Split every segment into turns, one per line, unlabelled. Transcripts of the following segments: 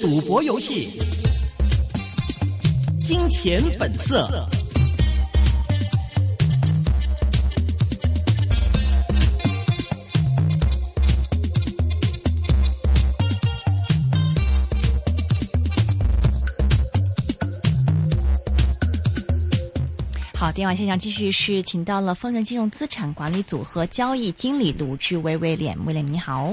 赌博游戏，金钱本色。
好，电话线上继续是请到了丰盛金融资产管理组合交易经理卢志威威廉威廉，你好。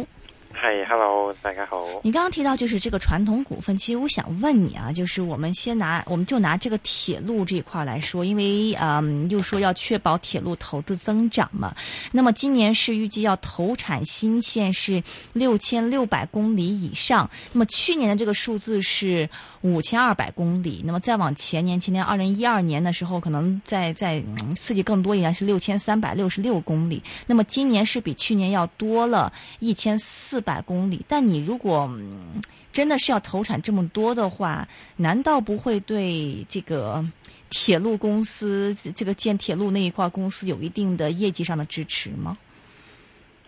系，hello，大家好。
你刚刚提到就是这个传统股份，其实我想问你啊，就是我们先拿，我们就拿这个铁路这一块来说，因为嗯，又说要确保铁路投资增长嘛。那么今年是预计要投产新线是六千六百公里以上，那么去年的这个数字是五千二百公里，那么再往前年，前年二零一二年的时候，可能再再嗯刺激更多一点是六千三百六十六公里，那么今年是比去年要多了一千四百公里，但你如果、嗯真的是要投产这么多的话，难道不会对这个铁路公司、这个建铁路那一块公司有一定的业绩上的支持吗？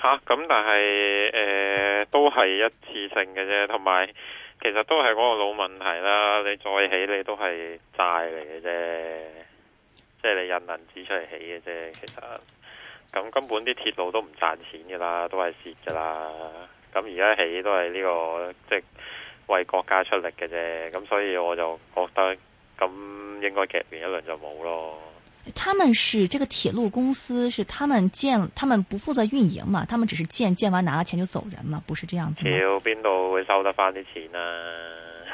吓、咁但係诶、呃都係一次性嘅啫，同埋其實都係嗰個老問題啦。你再起你都係債嚟嘅啫，即係你印銀紙出嚟起嘅啫。其實咁根本啲鐵路都唔賺錢噶啦，都係蝕噶啦。咁而家起都係呢、個即係為國家出力嘅啫。咁所以我就覺得咁應該夾完一輪就冇咯。
他们是这个铁路公司，是他们建，他们不负责运营嘛？他们只是建，建完拿了钱就走人嘛？不是这样子
屌
吗？
邊度會收得翻啲錢啊？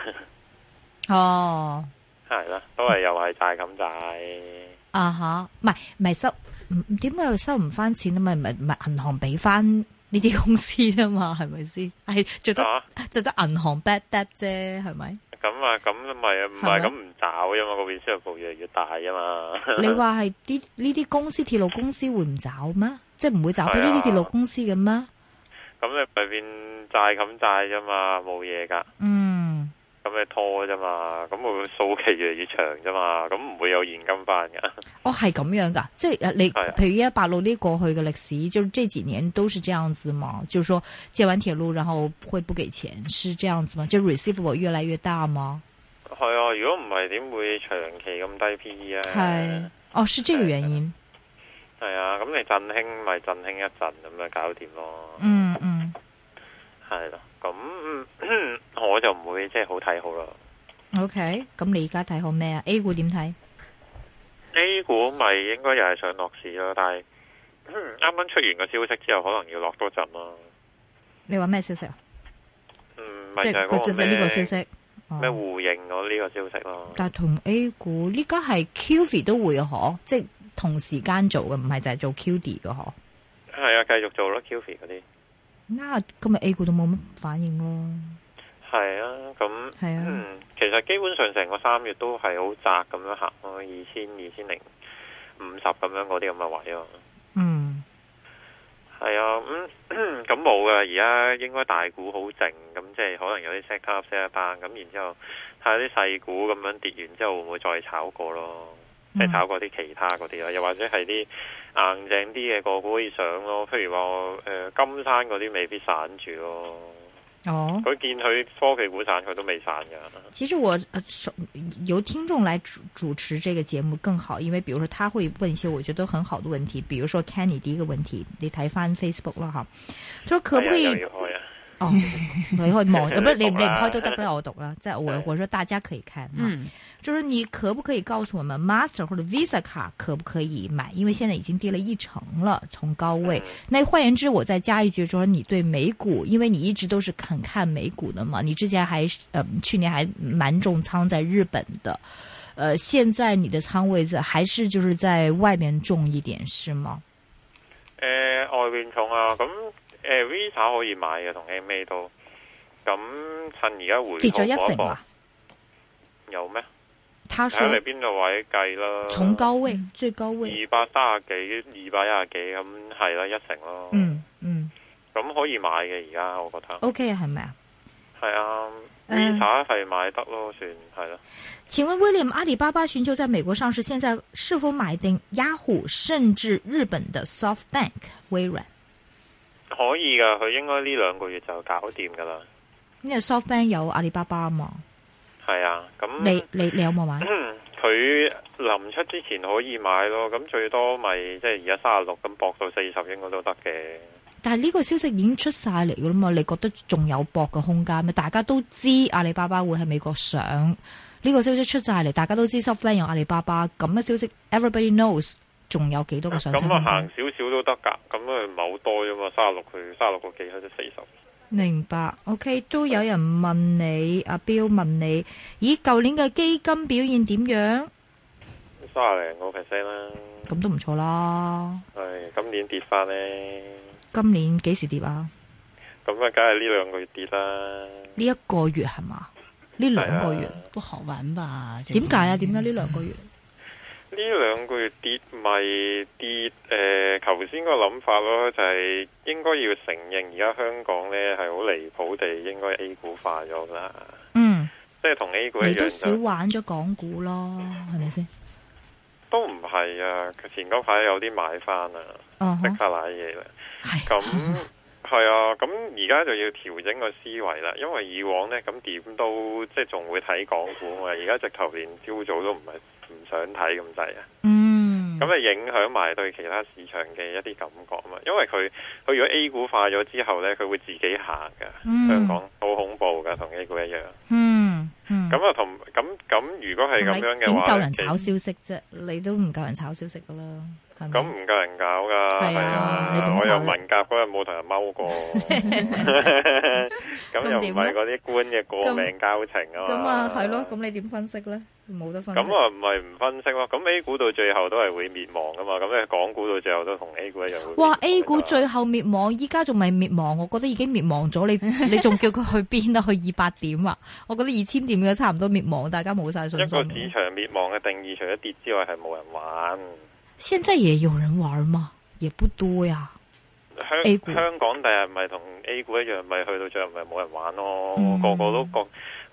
哦，
係啦，都係又係債咁債。
啊哈，唔係唔係收，唔點解又收唔翻錢啊？咪咪咪銀行俾翻呢啲公司啊嘛，係咪先？係最多
啊，
最多銀行 bad debt 啫，係咪？
咁啊，咁咪唔係咁唔找啫嘛，個 r e s e r v 越嚟越大啊嘛。
你話係啲呢啲公司鐵路公司會唔找咩？即係唔會找俾呢
係啊
啲鐵路公司嘅咩？
咁你咪變債咁債啫嘛，冇嘢噶。
嗯，
咁你拖啫嘛，咁佢數期越嚟越長啫嘛，咁唔會有現金翻噶。
哦係咁樣噶，即係呃你
係啊
譬如一八六呢過去嘅歷史，就是這幾年都是這樣子嘛，就是說建完鐵路然後會不給錢，是這樣子嗎？就 receivable 越來越大嗎？
係啊，如果唔係點會長期咁低 P E 啊？
係，哦，是這個原因。
係啊，咁你振興咪振興一陣咁咪搞掂咯。
嗯嗯
係咯，咁嗯我就唔會即係好睇好咯。
，OK，咁你而家睇好咩啊？A 股點睇？
A 股咪應該又係上落市咯，但係嗯啱啱出完個消息之後，可能要落多陣咯。
你話咩消息啊？
嗯，
即
咪就
係
係
個
嗰
即
個
係
咩
呢個消息。哦
咩互認嗰呢個消息咯。
但係同 A 股呢家係 QFII 都會可，即係同時間做嘅，唔係就係做 QD 嘅嗬。
係啊，繼續做咯 q f i 嗰啲。
嗱，今日 A 股都冇乜反應咯。
係啊，咁
係啊
嗯， 其實基本上成個三月都係好窄咁樣行咯，二千二千零五十咁樣嗰啲咁嘅位咯。
嗯，
係啊，咁 咁冇噶，而家應該大股好靜，咁即係可能有啲 set up set up 咁，然之後睇下啲細股咁樣跌完之後會唔會再炒過咯？即係
嗯
炒過啲其他嗰啲咯，又或者係啲硬淨啲嘅個股可以上咯，譬如話誒、呃金山嗰啲未必散住咯，
哦。
佢見佢科技股散佢都未散㗎。
其实我呃手由听众来主主持这个节目更好，因为比如说他会问一些我觉得很好的问题，比如说 Kenny 第一个问题，你睇翻 Facebook 啦哈，他说可不可
哎呀
以
又要啊開啊？
哦，你可以望，
你
呃不是你
懂
你
啦
不开都得啦，我懂了。在
嗯
我我说大家可以看，嗯，，就是你可不可以告诉我们，Master 或者 Visa 卡可不可以买？因为现在已经跌了一成了，从高位。那换言之，我再加一句，说你对美股，因为你一直都是很看美股的嘛，你之前还是呃去年还蛮重仓在日本的，呃，现在你的仓位在还是就是在外面重一点是吗？
誒、外邊重啊，咁誒、Visa 可以買嘅，同 MA 都。咁趁而家回吐
跌咗一
嗰
成
個
啊，
有咩？
他说
睇你邊度位計啦。
从高位最高位，
二百三十幾、二百一十幾咁係啦，一成咯。，
嗯嗯
咁可以買嘅而家，我覺得
，OK 系咪啊？
係啊。
嗯
Visa 係買得咯，算係咯。
请问 William，阿里巴巴寻求在美国上市，现在是否买定 Yahoo 甚至日本的 SoftBank 微软？
可以噶，佢應該呢兩個月就搞掂噶啦。
因為 SoftBank 有阿里巴巴啊嘛，
系啊，咁
你你你有冇玩？
嗯佢臨出之前可以買咯，咁最多咪即係而家三十六咁搏到四十應該都得嘅。
但係呢個消息已經出晒嚟噶啦嘛，你覺得仲有搏嘅空間咩？大家都知阿里巴巴會喺美國上，呢、個消息出晒嚟，大家都知 SoftBank 有阿里巴巴，咁嘅消息 everybody knows，仲有幾多個上升
咁啊
空
行
間？
少少都得噶，咁啊唔係好多啫嘛，三十六佢三十六個幾去到四十。
明白，OK，都有人問你，阿 Bill 問你，咦，舊年嘅基金表現點樣？
三十零個 percent 啦，
咁都唔錯啦，
唉，今年跌翻咧，
今年幾時跌啊？
咁啊，梗係呢兩個月跌啦。
呢一個月係嘛？呢兩個月
係啊
不好玩吧？这
點解啊？
个
點解呢兩個月？
呢兩個月跌咪跌，诶、頭先個諗法咯，就係應該要承認而家香港咧係好離譜地應該 A 股化咗啦，
嗯，
即係同 A 股一
你
樣
都少
就
玩咗港股咯，係咪先？
都唔係啊，佢前嗰排有啲買翻啊，
嗯
即
哼，
刻濑嘢啦。
係
咁係啊，咁而家就要調整個思維啦，因為以往呢，咁點都即係仲會睇港股啊嘛，而家直頭連朝早都唔係唔想睇咁滯啊，
嗯，
咁啊影響埋對其他市場嘅一啲感覺嘛，因為佢佢如果 A 股化咗之後呢，佢會自己行噶，
嗯
香港好恐怖噶，同 A 股一樣。
嗯嗯，
咁啊同咁咁如果係咁樣嘅
點
話，
夠人炒
其
消息啫？你都唔夠人炒消息噶啦，係
咁啊唔
咪？
夠人搞噶，
係
係
啊你點
我
炒
又
啫
文革嗰日冇同人踎 過，咁又唔係嗰啲官嘅過命交情啊
咁
嘛
啊，係咯，咁你點分析咧？冇得分析。
咁啊唔係唔分析咯，咁 A 股到最後都係會滅亡噶嘛，咁你港股到最後都同 A 股一樣會滅亡㗎嘛。
哇！A 股最後滅亡，依家仲未滅亡，我覺得已經滅亡咗。你 你仲叫佢去邊啊？去二百點啊？我覺得二千點嘅差唔多滅亡，大家冇晒
一
信
個市
心。
場滅亡嘅定義，除咗跌之外係冇人玩。
現在也有人玩嘛，也不多呀。
香
A 股
香港第日咪同 A 股一樣，咪去到最後咪冇人玩咯，
嗯
個個都覺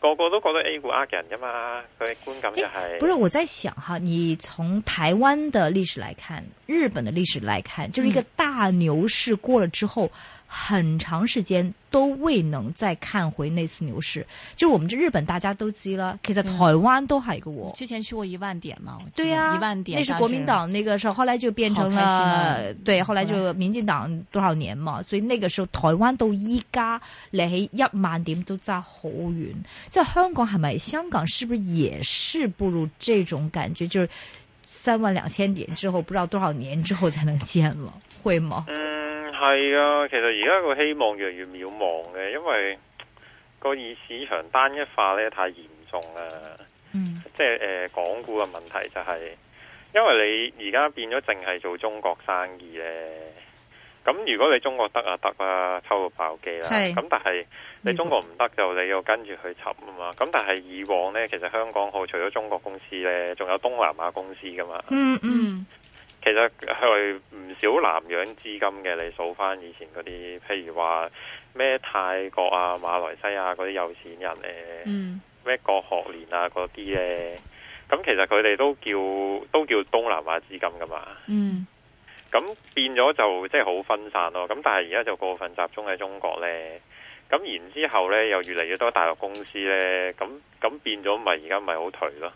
個個都覺得 A 股呃人噶嘛，佢嘅觀感就係、
不是，我在想哈，你从台湾的历史来看，日本的历史来看，就是一个大牛市过了之后，很长时间都未能再看回那次牛市。就是我们这日本大家都知啦，其实台湾都系嘅喎。
之前去过一万点嘛？我记得
对呀、
一万点
啊那是国民
当时。
党那个时候，后来就变
好
成
开心啊
了对，后来就民进党多少年嘛，所以那个時候台灣到依家你喺呃一萬點都爭好遠，即係香港係咪？香港是不是也是步入這種感覺，就是三萬兩千點之後，不知道多少年之後才能見了，會嗎？
嗯，係啊，其實而家個希望越嚟越渺茫嘅，因為個以市場單一化咧太嚴重啦。
嗯
即係诶、呃港股嘅問題就係，因為你而家變咗淨係做中國生意咧。咁如果你中國得啊得啦，抽到爆機啦。
係
咁但係你中國唔得就你要跟住去沉啊嘛。咁但係以往呢，其實香港好除咗中國公司呢，仲有東南亞公司噶嘛。
嗯嗯
嗯，
其實係唔少南洋資金嘅，你數翻以前嗰啲，譬如話咩泰國啊、馬來西亞嗰啲有錢人咧，
嗯，
咩、國學年啊嗰啲咧，咁其實佢哋都叫都叫東南亞資金噶嘛，
嗯，
咁變咗就即係好分散咯。咁但係而家就過分集中喺中國咧，咁然之後咧又越嚟越多大陸公司咧，咁咁變咗咪而家咪好頹咯，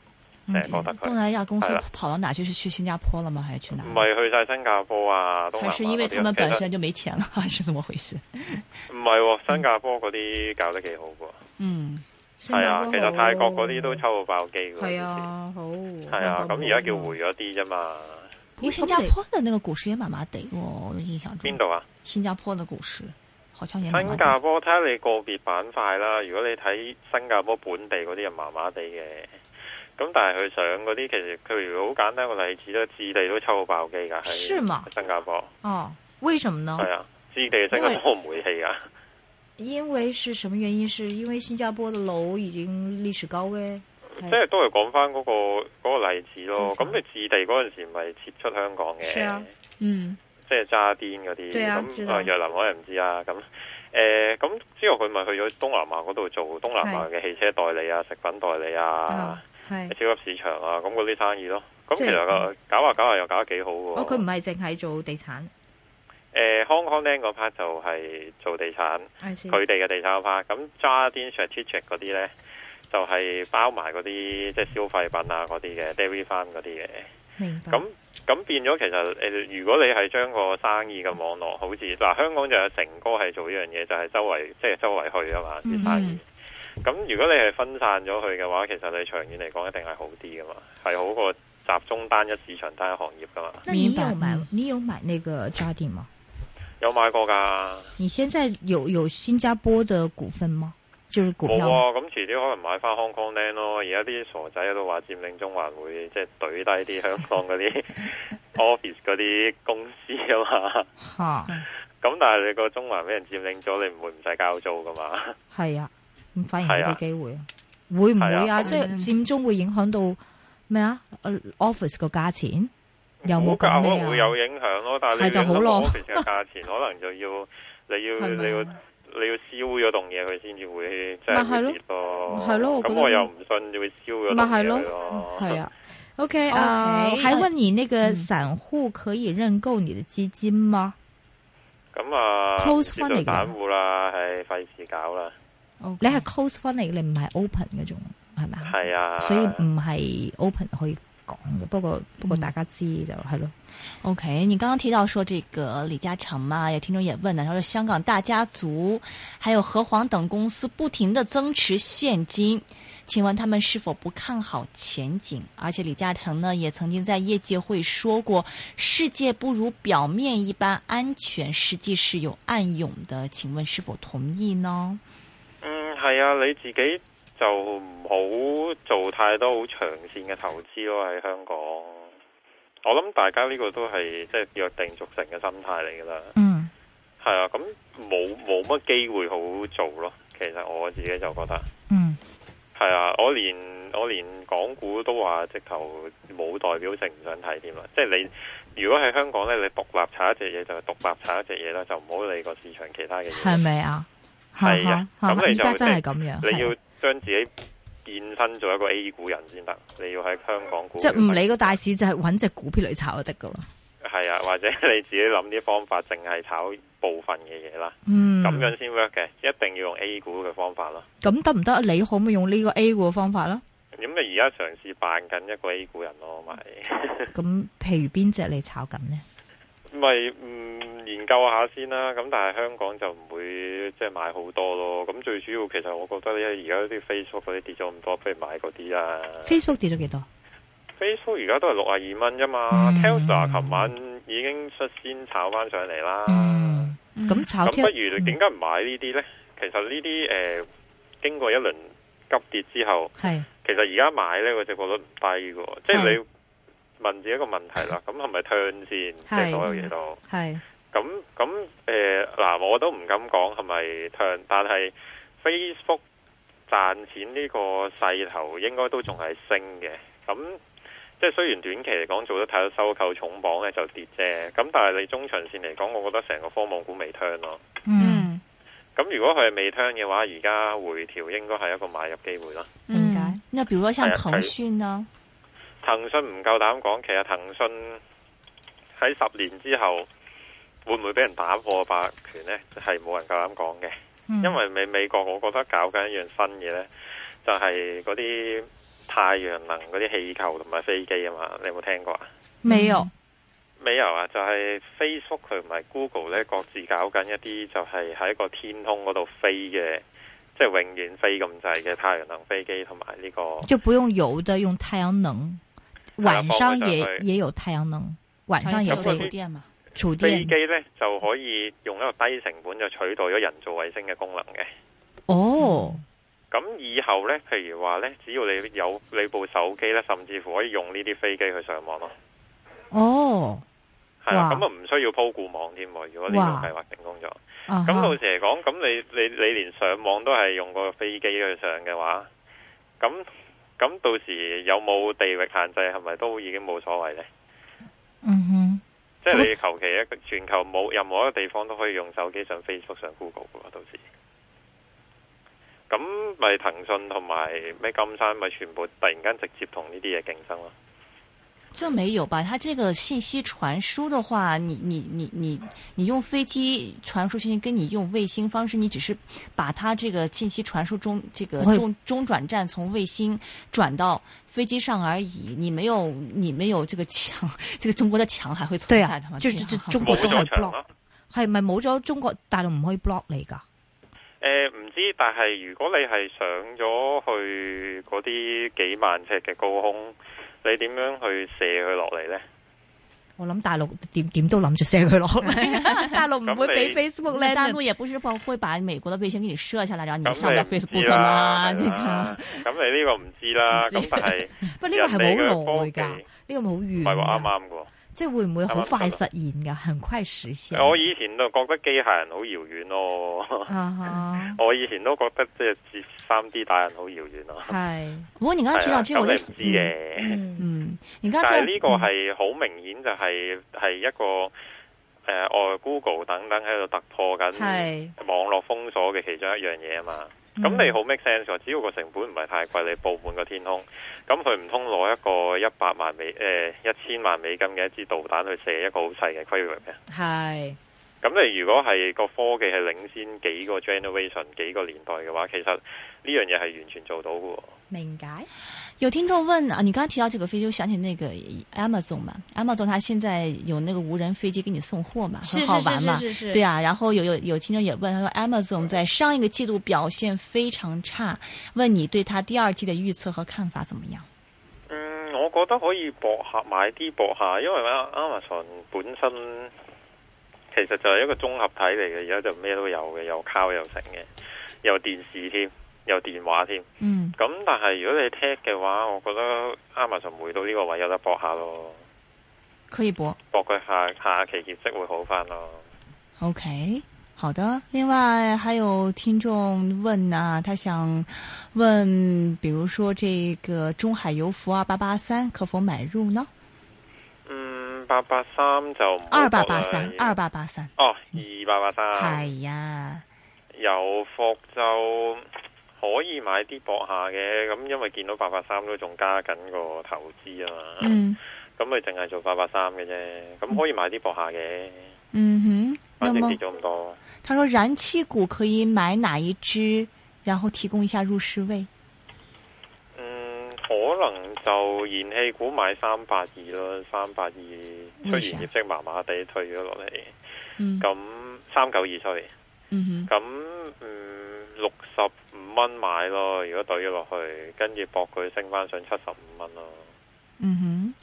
成
嗯
個特區
东。南亚公司
是的
跑到哪去？是去新加坡了吗？还是去哪？
唔係去晒新加坡啊，東南
还
亞
是因为
嗰啲
他们
其實
本身就没钱了， 还是怎么回事？
唔係
嗯
喎，新加坡嗰啲搞得幾好喎，
嗯，
係啊，其實泰國嗰啲都抽到爆機㗎喎，
係啊，好
係啊，咁而家叫回咗啲啫嘛。
不过新加坡的那个股市也麻麻地哦，我的印象
邊
中，
度啊？
新加坡的股市好
嗯
像也麻麻
新
地。
加坡睇下你個別板塊啦，如果你睇新加坡本地嗰啲就麻麻地嘅，咁但係佢上嗰啲其實佢如果好簡單個例子咧，置地都抽到爆機㗎，
啊是
喺
嗎
新加坡
哦，為什麼呢？
係啊，置地新加坡唔煤氣㗎，
因为是什么原因？是因为新加坡的楼已经历史高位，
即係都係講翻嗰個嗰個例子咯。
正
咁
常
你置地嗰陣時咪撤出香港
是啊
嘅。
嗯
即係渣甸嗰
對啊
啲，
知
咁
道
啊若林我又唔知啊，咁誒咁之後佢咪去咗東南亞嗰度做東南亞嘅汽車代理啊、食品代理啊、
哦係
超級市場啊，咁嗰啲生意咯。咁
即
其
係哦
實個搞下搞下又搞得幾好喎。
哦，佢唔係淨係做地產，
诶、香港 land 嗰 part 就係做地產，
I see
佢哋嘅地產嗰 part。咁 Jardine Strategic 嗰啲咧，就係包埋嗰啲即係消費品啊嗰啲嘅 dairy farm 嗰啲嘅。
明白。
咁咁變咗其實诶、如果你係將個生意嘅網絡好似嗱、香港就有成哥係做呢樣嘢，就係周圍即係周圍去啊嘛
嗯
啲生意。咁如果你係分散咗佢嘅話，其實你長遠嚟講一定係好啲噶嘛，係好過集中單一市場單一行業噶嘛。
那你
明白
有买
嗯
你有买那个 Jardine 吗？
有買過㗎。
你现在有有新加坡的股份吗？就是股
冇
票吗
啊，咁遲啲可能買翻 Hong Kong land 咯。而家啲傻仔喺度話佔領中環會即係懟低啲香港嗰啲 office 嗰啲公司啊嘛。
哈，
咁但係你個中環俾人佔領咗，你唔會唔使交租噶嘛？
系啊，咁反而
係
有
啊
啲机会啊。会唔会
係
啊？
啊
即系占中会影响到咩啊呃？office 个价钱有 冇
股價可
咁咩
能會有
啊？
影響咯，但係你
係就好咯
office 嘅價 錢可能就要你要
係咪啊
你要你要燒咗棟嘢佢先至會即
咪
係
係咯
會跌咯。
係咯我覺
咁
得
我又唔信你會燒咗
咪
棟
係
嘢
咯
佢咯。
系啊。OK 啊、
OK，
还问你那个
嗯
散户可以认购你的基金吗
咁啊
Close
唔知道
fund 嚟㗎
散户啦，係費事搞啦。
你系 close fund 嚟，你唔系 open 嗰种，系咪啊？
嗯係啊，
所以唔係 open 可以講嘅。不過不過大家知就係咯，
OK，你刚刚提到说这个李嘉诚嘛，有听众也问呢，他说香港大家族还有和黄等公司不停的增持现金，请问他们是否不看好前景？而且李嘉诚呢也曾经在业界会说过，世界不如表面一般安全，实际是有暗涌的，请问是否同意呢？
嗯，系啊，你自己就唔好做太多好長線嘅投資咯，喺香港。我諗大家呢個都係即係約定俗成嘅心態嚟噶啦，
嗯，
係啊，咁冇冇乜機會好做咯。其實我自己就覺得
嗯，
係啊，我連我連港股都話直頭冇代表性唔想睇添啦。啊即係你如果喺香港咧，你獨立炒一隻嘢就係獨立炒一隻嘢啦，就唔好理個市場其他嘅嘢。
係咪啊？
係啊
哈哈哈哈
咁
而
你就
家真係咁樣，
你
係
要
啊
將自己變身做一個 A 股人先得，你要喺香港股
即係唔理個大市，就係揾只股票嚟炒就得噶啦。
係啊，或者 你自己諗啲方法，淨係炒部分嘅嘢啦，
嗯，
咁、樣先 work 嘅，一定要用 A 股嘅方法啦。
咁得唔得？你可唔可以用呢個 A 股嘅方法啦？
咁你而家嘗試扮緊一個 A 股人咯，咪 嗯
咁譬如邊隻你炒緊呢？
咪嗯研究下先啦。咁但係香港就唔會即係買好多咯。咁最主要其實我覺得咧，而家啲 Facebook 嗰啲跌咗咁多，不如買嗰啲啊啦。
Facebook 跌咗幾多？
Facebook 而家都係六廿二蚊啫嘛、
嗯
t e s l a 琴晚已經率先炒翻上嚟啦。
嗯，咁炒
啊
嗯
咁
貼
不如你點解唔買呢啲呢？其實呢啲诶，經過一輪急跌之後，
係
其實而家買呢個折扣率唔低嘅喎，即係
係
你問自己一個問題啦。咁係咪 turn 先？即
係
係所有嘢都
係
咁咁诶嗱，我都唔敢講係咪 turn，但係 Facebook 賺錢呢個勢頭應該都仲係升嘅。咁即係雖然短期嚟講做得太多收購重磅咧就跌啫，咁但係你中長線嚟講，我覺得成個科網股未 turn 咯。
嗯，
咁如果佢係未 turn 嘅話，而家回調應該係一個買入機會啦。
點解？
嗯那比如说像
哎呀
腾讯呢？
騰訊唔夠膽講，其實騰訊喺十年之後會唔會俾人打破霸權呢？係冇人夠膽講嘅，
嗯
因為美美國我覺得搞緊一樣新嘢呢，就係嗰啲太陽能嗰啲氣球同埋飛機啊嘛，你有冇聽過啊？
未有
美油啊，就係 Facebook 佢唔係 Google 咧，各自搞緊一啲就係喺個天空嗰度飛嘅，即係永遠飛咁滯嘅太陽能飛機同埋呢個
就不用油的，用太陽能，
係啊
晚上
放回
也
上去
也有太陽能，晚上也
有
可以
手
會
电嘛？
儲
飛
電
機咧，就可以用一個低成本就取代咗人造衛星嘅功能嘅。
哦，
咁以後咧，譬如話咧，只要你有你部手機咧，甚至乎可以用呢啲飛機去上網咯。嗯
哦，
係啊，
哇
咁啊唔需要鋪固網添喎。如果呢
哇
個計劃成功咗，
啊
咁
哈
到時嚟講，咁你你你連上網都係用個飛機去上嘅話，咁咁到時有冇地域限制，係咪都已經冇所 謂呢？
嗯哼，
即係你求其一個全球冇任何一個地方都可以用手機上 Facebook 上 Google 嘅喎，到時。咁咪騰訊同埋咩金山咪全部突然間直接同呢啲嘢競爭咯。
这没有吧？它这个信息传输的话，你你你你你用飞机传输信息，跟你用卫星方式，你只是把它这个信息传输中这个
我会
中中转站从卫星转到飞机上而已。你没有你没有这个墙，这个中国的墙还会存
對
在
啊
的嘛？，
即
這
係
樣
即係
哈
中
冇
國都
咗
係
牆
block，
啦。
係咪冇咗中國大陸唔可以 block 你㗎？
诶，呃唔、知，但係如果你係上咗去嗰啲幾萬尺嘅高空，你點樣去射佢落嚟呢？
我諗大陸點點都諗住射 佢落嚟，大陸唔會俾
咁
Facebook
那
咧。
大陆也不是不会把美国的卫星给你射下来，然后
咁
你上不了
你唔知
Facebook
啦，
啦，
係
这
啦
个。
咁你呢個唔知啦，
唔知
咁但係
不呢個係好耐
人哋嘅
㗎
科技，
呢個好
唔
遠
係話啱啊
㗎，
啱嘅
即係會唔會好快
啱啱
實現㗎？很快實現。
喎。我以前就覺得機械人好遙遠咯，
啊哈，
我以前都覺得即係接三 D 打人好遙遠咯。
係，
嗯
不过你刚才提到这
係
个，
啊
我就
咁你唔知嘅。
嗯，
嗯，你刚才
但
提
係
到
呢個係好明顯就係係一個诶，外、Google 等等喺度突破緊
係
網絡封鎖嘅其中一樣嘢啊嘛。咁、
嗯
你好 make sense 喎只要個成本唔係太貴，你報滿個天空，咁佢唔通攞一個一百萬美诶一千萬美金嘅一支導彈去射一個好細嘅區域咩？
嗯係
咁你如果係個科技係領先幾個 generation 幾個年代嘅話，其實呢樣嘢係完全做到嘅喎。
明解。
有听众问啊，你刚才提到这个飞机，就想起那个 Amazon 嘛，Amazon 它现在有那个无人飞机给你送货嘛，很好玩嘛。
是是
对啊，然后有有有听众也问，他说 Amazon 在上一个季度表现非常差，问你对它第二季的预测和看法怎么样？
嗯，我覺得可以搏下買啲搏下，因為咧 Amazon 本身其實就係一個綜合體嚟嘅，而家就咩都有嘅，有烤又成嘅，有電視添，有電話添。
嗯，
咁但係如果你 t 嘅話，我覺得 Amazon 回到呢個位有得搏下咯，
可以博。
搏佢下下期業績會好翻咯。
OK，好的。另外还有听众问啊，他想问，比如说这个中海油服二八八三可否买入呢？
嗯，八八三就唔好
二八
搏啦
八三，二八八三。
哦，二八八三
系呀，
有伏就可以買啲搏下嘅，咁因為見到八八三都仲加緊個投資啊嘛，
嗯
咁咪淨係做八八三嘅啫，咁可以買啲搏下嘅，
嗯哼。那
反
么
正跌咗咁多。
他说燃气股可以买哪一只，然后提供一下入市位。
嗯，可能就燃氣股買三百二咯，三百二出完
為啥
業績麻麻地退咗落嚟，
啊嗯
咁三九二sorry，
嗯
咁嗯六十五蚊買咯，如果對咗落去，跟住搏佢升翻上七十五蚊咯。
哼嗯哼。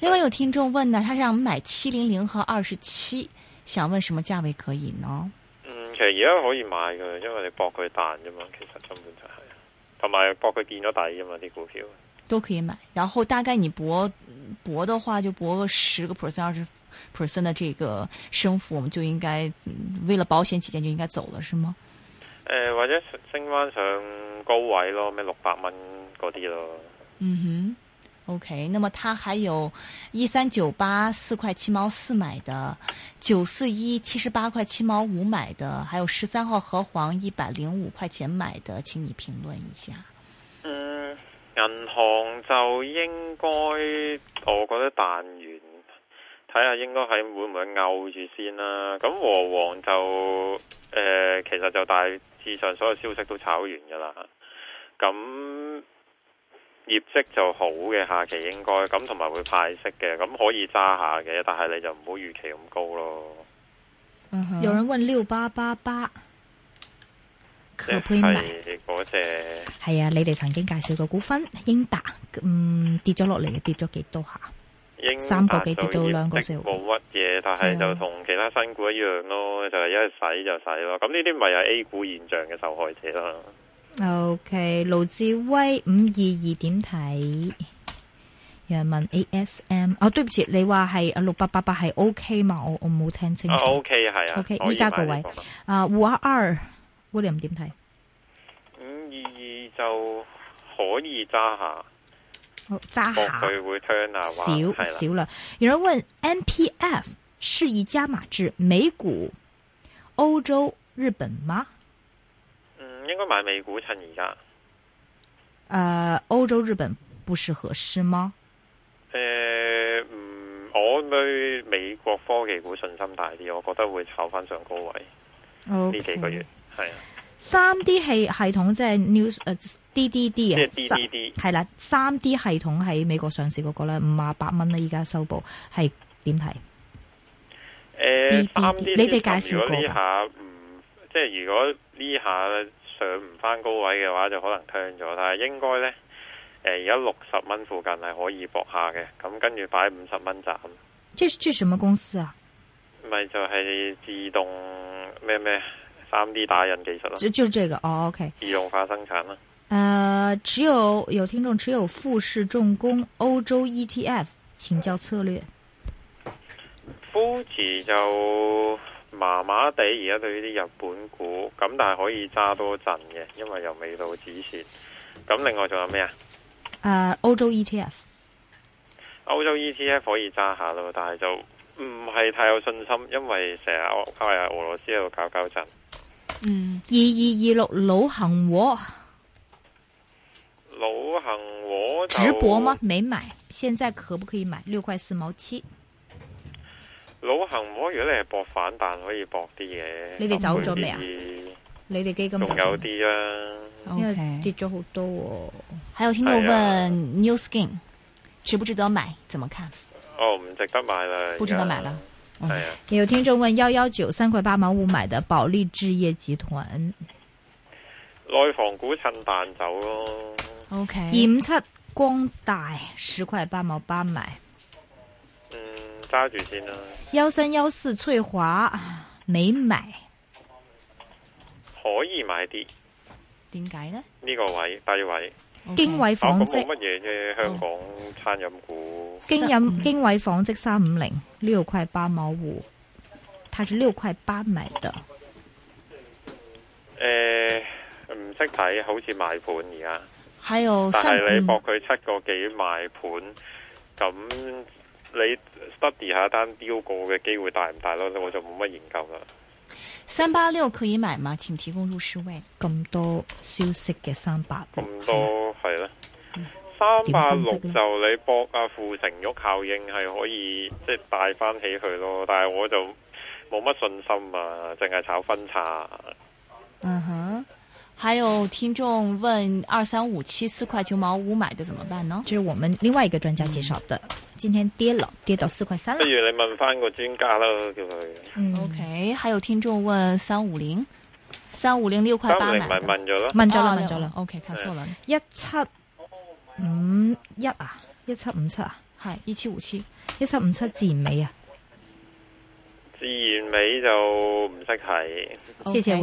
另外有听众问呢，他想买七零零和二十七，想问什么价位可以呢？
嗯，其實而家可以買嘅，因為你搏佢彈啫嘛，其實根本就係、同埋搏佢見咗底啊嘛啲股票。
都可以买。然后大概你博博的话，就博个十个 percent、二十 percent 的这个升幅，我们就应该、嗯为了保险起见就应该走了，是吗？
誒、或者升翻上高位咯，咩六百蚊嗰啲咯。
嗯哼，OK。那么它还有一三九八四块七毛四买的，九四一七十八块七毛五买的，还有十三号和黄一百零五块钱买的，请你评论一下。
嗯，銀行就應該，我覺得彈完，睇下應該喺會唔會勾住先啦。咁和黃就誒、其實就大致上所有消息都炒完噶啦。咁業績就好嘅，下期應該咁同埋會派息嘅，咁可以揸下嘅，但係你就唔好預期咁高咯。
嗯哼
有人問六八八八
即
可唔可以買？
係嗰隻。
係啊，你哋曾經介紹過股份英達，嗯，跌咗落嚟，跌咗幾多下？
英
三個幾跌到兩個四毫幾
冇乜嘢，但
啊
係就同其他新股一樣咯，就係一洗就洗咯。咁呢啲咪係 A 股現象嘅受害者啦。
OK，卢志威五二二點睇？有人問 ASM，哦，對唔住，你話係啊六八八八係 OK 嘛？我我冇聽清
啊
楚。
，OK 係啊
OK，
可以
依家個
買呢
位啊，五二二 William 點睇？
個五二二就可以揸下，
好揸
博
下
佢會 turn 下彎
少
啊係
少
啦。
啦。有人問 MPF 是一加码制，美股、歐洲、日本嗎？
嗯，應該買美股趁而家。
呃，歐洲、日本不是合適嗎？
誒、應該嗯美國科技股信心大啲，我覺得會炒翻上高位呢
OK
幾個月。係啊，
三 D 系系統即係 news 呃诶 DDD 啊，
即係
三
DDD
係啦，三 D 系統喺美國上市嗰個咧五啊八蚊啦，依家收報係點睇？
誒
DDD
三 D
你哋介紹
如果
過
呢
㗎
下唔即係如果呢下上唔翻高位嘅話，就可能 turn 咗，但係應該呢，誒而家六十蚊附近係可以搏下嘅，咁跟住擺五十蚊斬，
即係即係什麼公司啊？
咪就係自動咩咩三 D 打印技術咯，
就就這個哦，OK。
自動化生產啦。
呃，持有有聽眾持有富士重工歐洲 ETF，請教策略。
富士就麻麻地，而家對呢啲日本股，咁但係可以揸多陣嘅，因為又未到止蝕。咁另外仲有咩啊？
呃，歐洲 ETF，
歐洲 ETF 可以揸下咯，但係就唔係太有信心，因為成日歐歐日俄羅斯喺度搞搞震。
嗯，
二二二六老恒和
老恒和就
直播
哦
嗎？？沒買，現在可不可以買？六塊四毛七，
老恒和如果你係搏反彈，可以搏啲嘅。
你哋走咗未啊
啊？
你哋基金
仲有啲啦，
因為
OK
跌咗好多、喎。
还有听众问、
哎呀
New Skin 值不值得买，怎么看？
哦，唔值得買啦，
不值得
而家
買啦。
哦
係啊。
也有聽眾問幺幺九三塊八毛五買的保利置業集團
內房股趁彈走咯，
OK，
二五七光大十塊八毛八買，
嗯，揸住先啦。
幺三幺四翠華沒買。
可以買啲
点解呢？
呢個位低位，
經
委
緯
哦
紡
咁冇
織
乜嘢啫。香港餐飲股
經飲經緯紡織三五零六塊八毛五，它是六塊八買的，
誒呃唔識睇，好似賣盤而家，
还有
但
三
係你
嗯
博佢七個幾賣盤，咁你 study 下單標過嘅機會大唔大咯？我就冇乜研究啦。
三八六可以买吗？请提供入市位。
咁多消息嘅三百六
咁多係啦。嗯 三百六
點分析呢
就你博啊傅成玉效應係可以即係帶翻起佢咯，但係我就冇乜信心啊，淨係炒分叉。
嗯哼，还有听众问二三五七四块九毛五买的怎么办呢？
这是我們另外一個專家介紹的，今天跌了，跌到四塊三
不
了
如。你問翻個專家啦，叫佢。
嗯
OK，还有听众问三五零，三五零六块
三
八
零哎
买的
咪
吗，
問咗咯，
問咗啦，
哦
問咗啦，
OK，看错了，
一七五一啊，一七五七啊，
嗨，一七五七，
一七五七自然美啊，
自然美就唔識睇。
謝謝
OK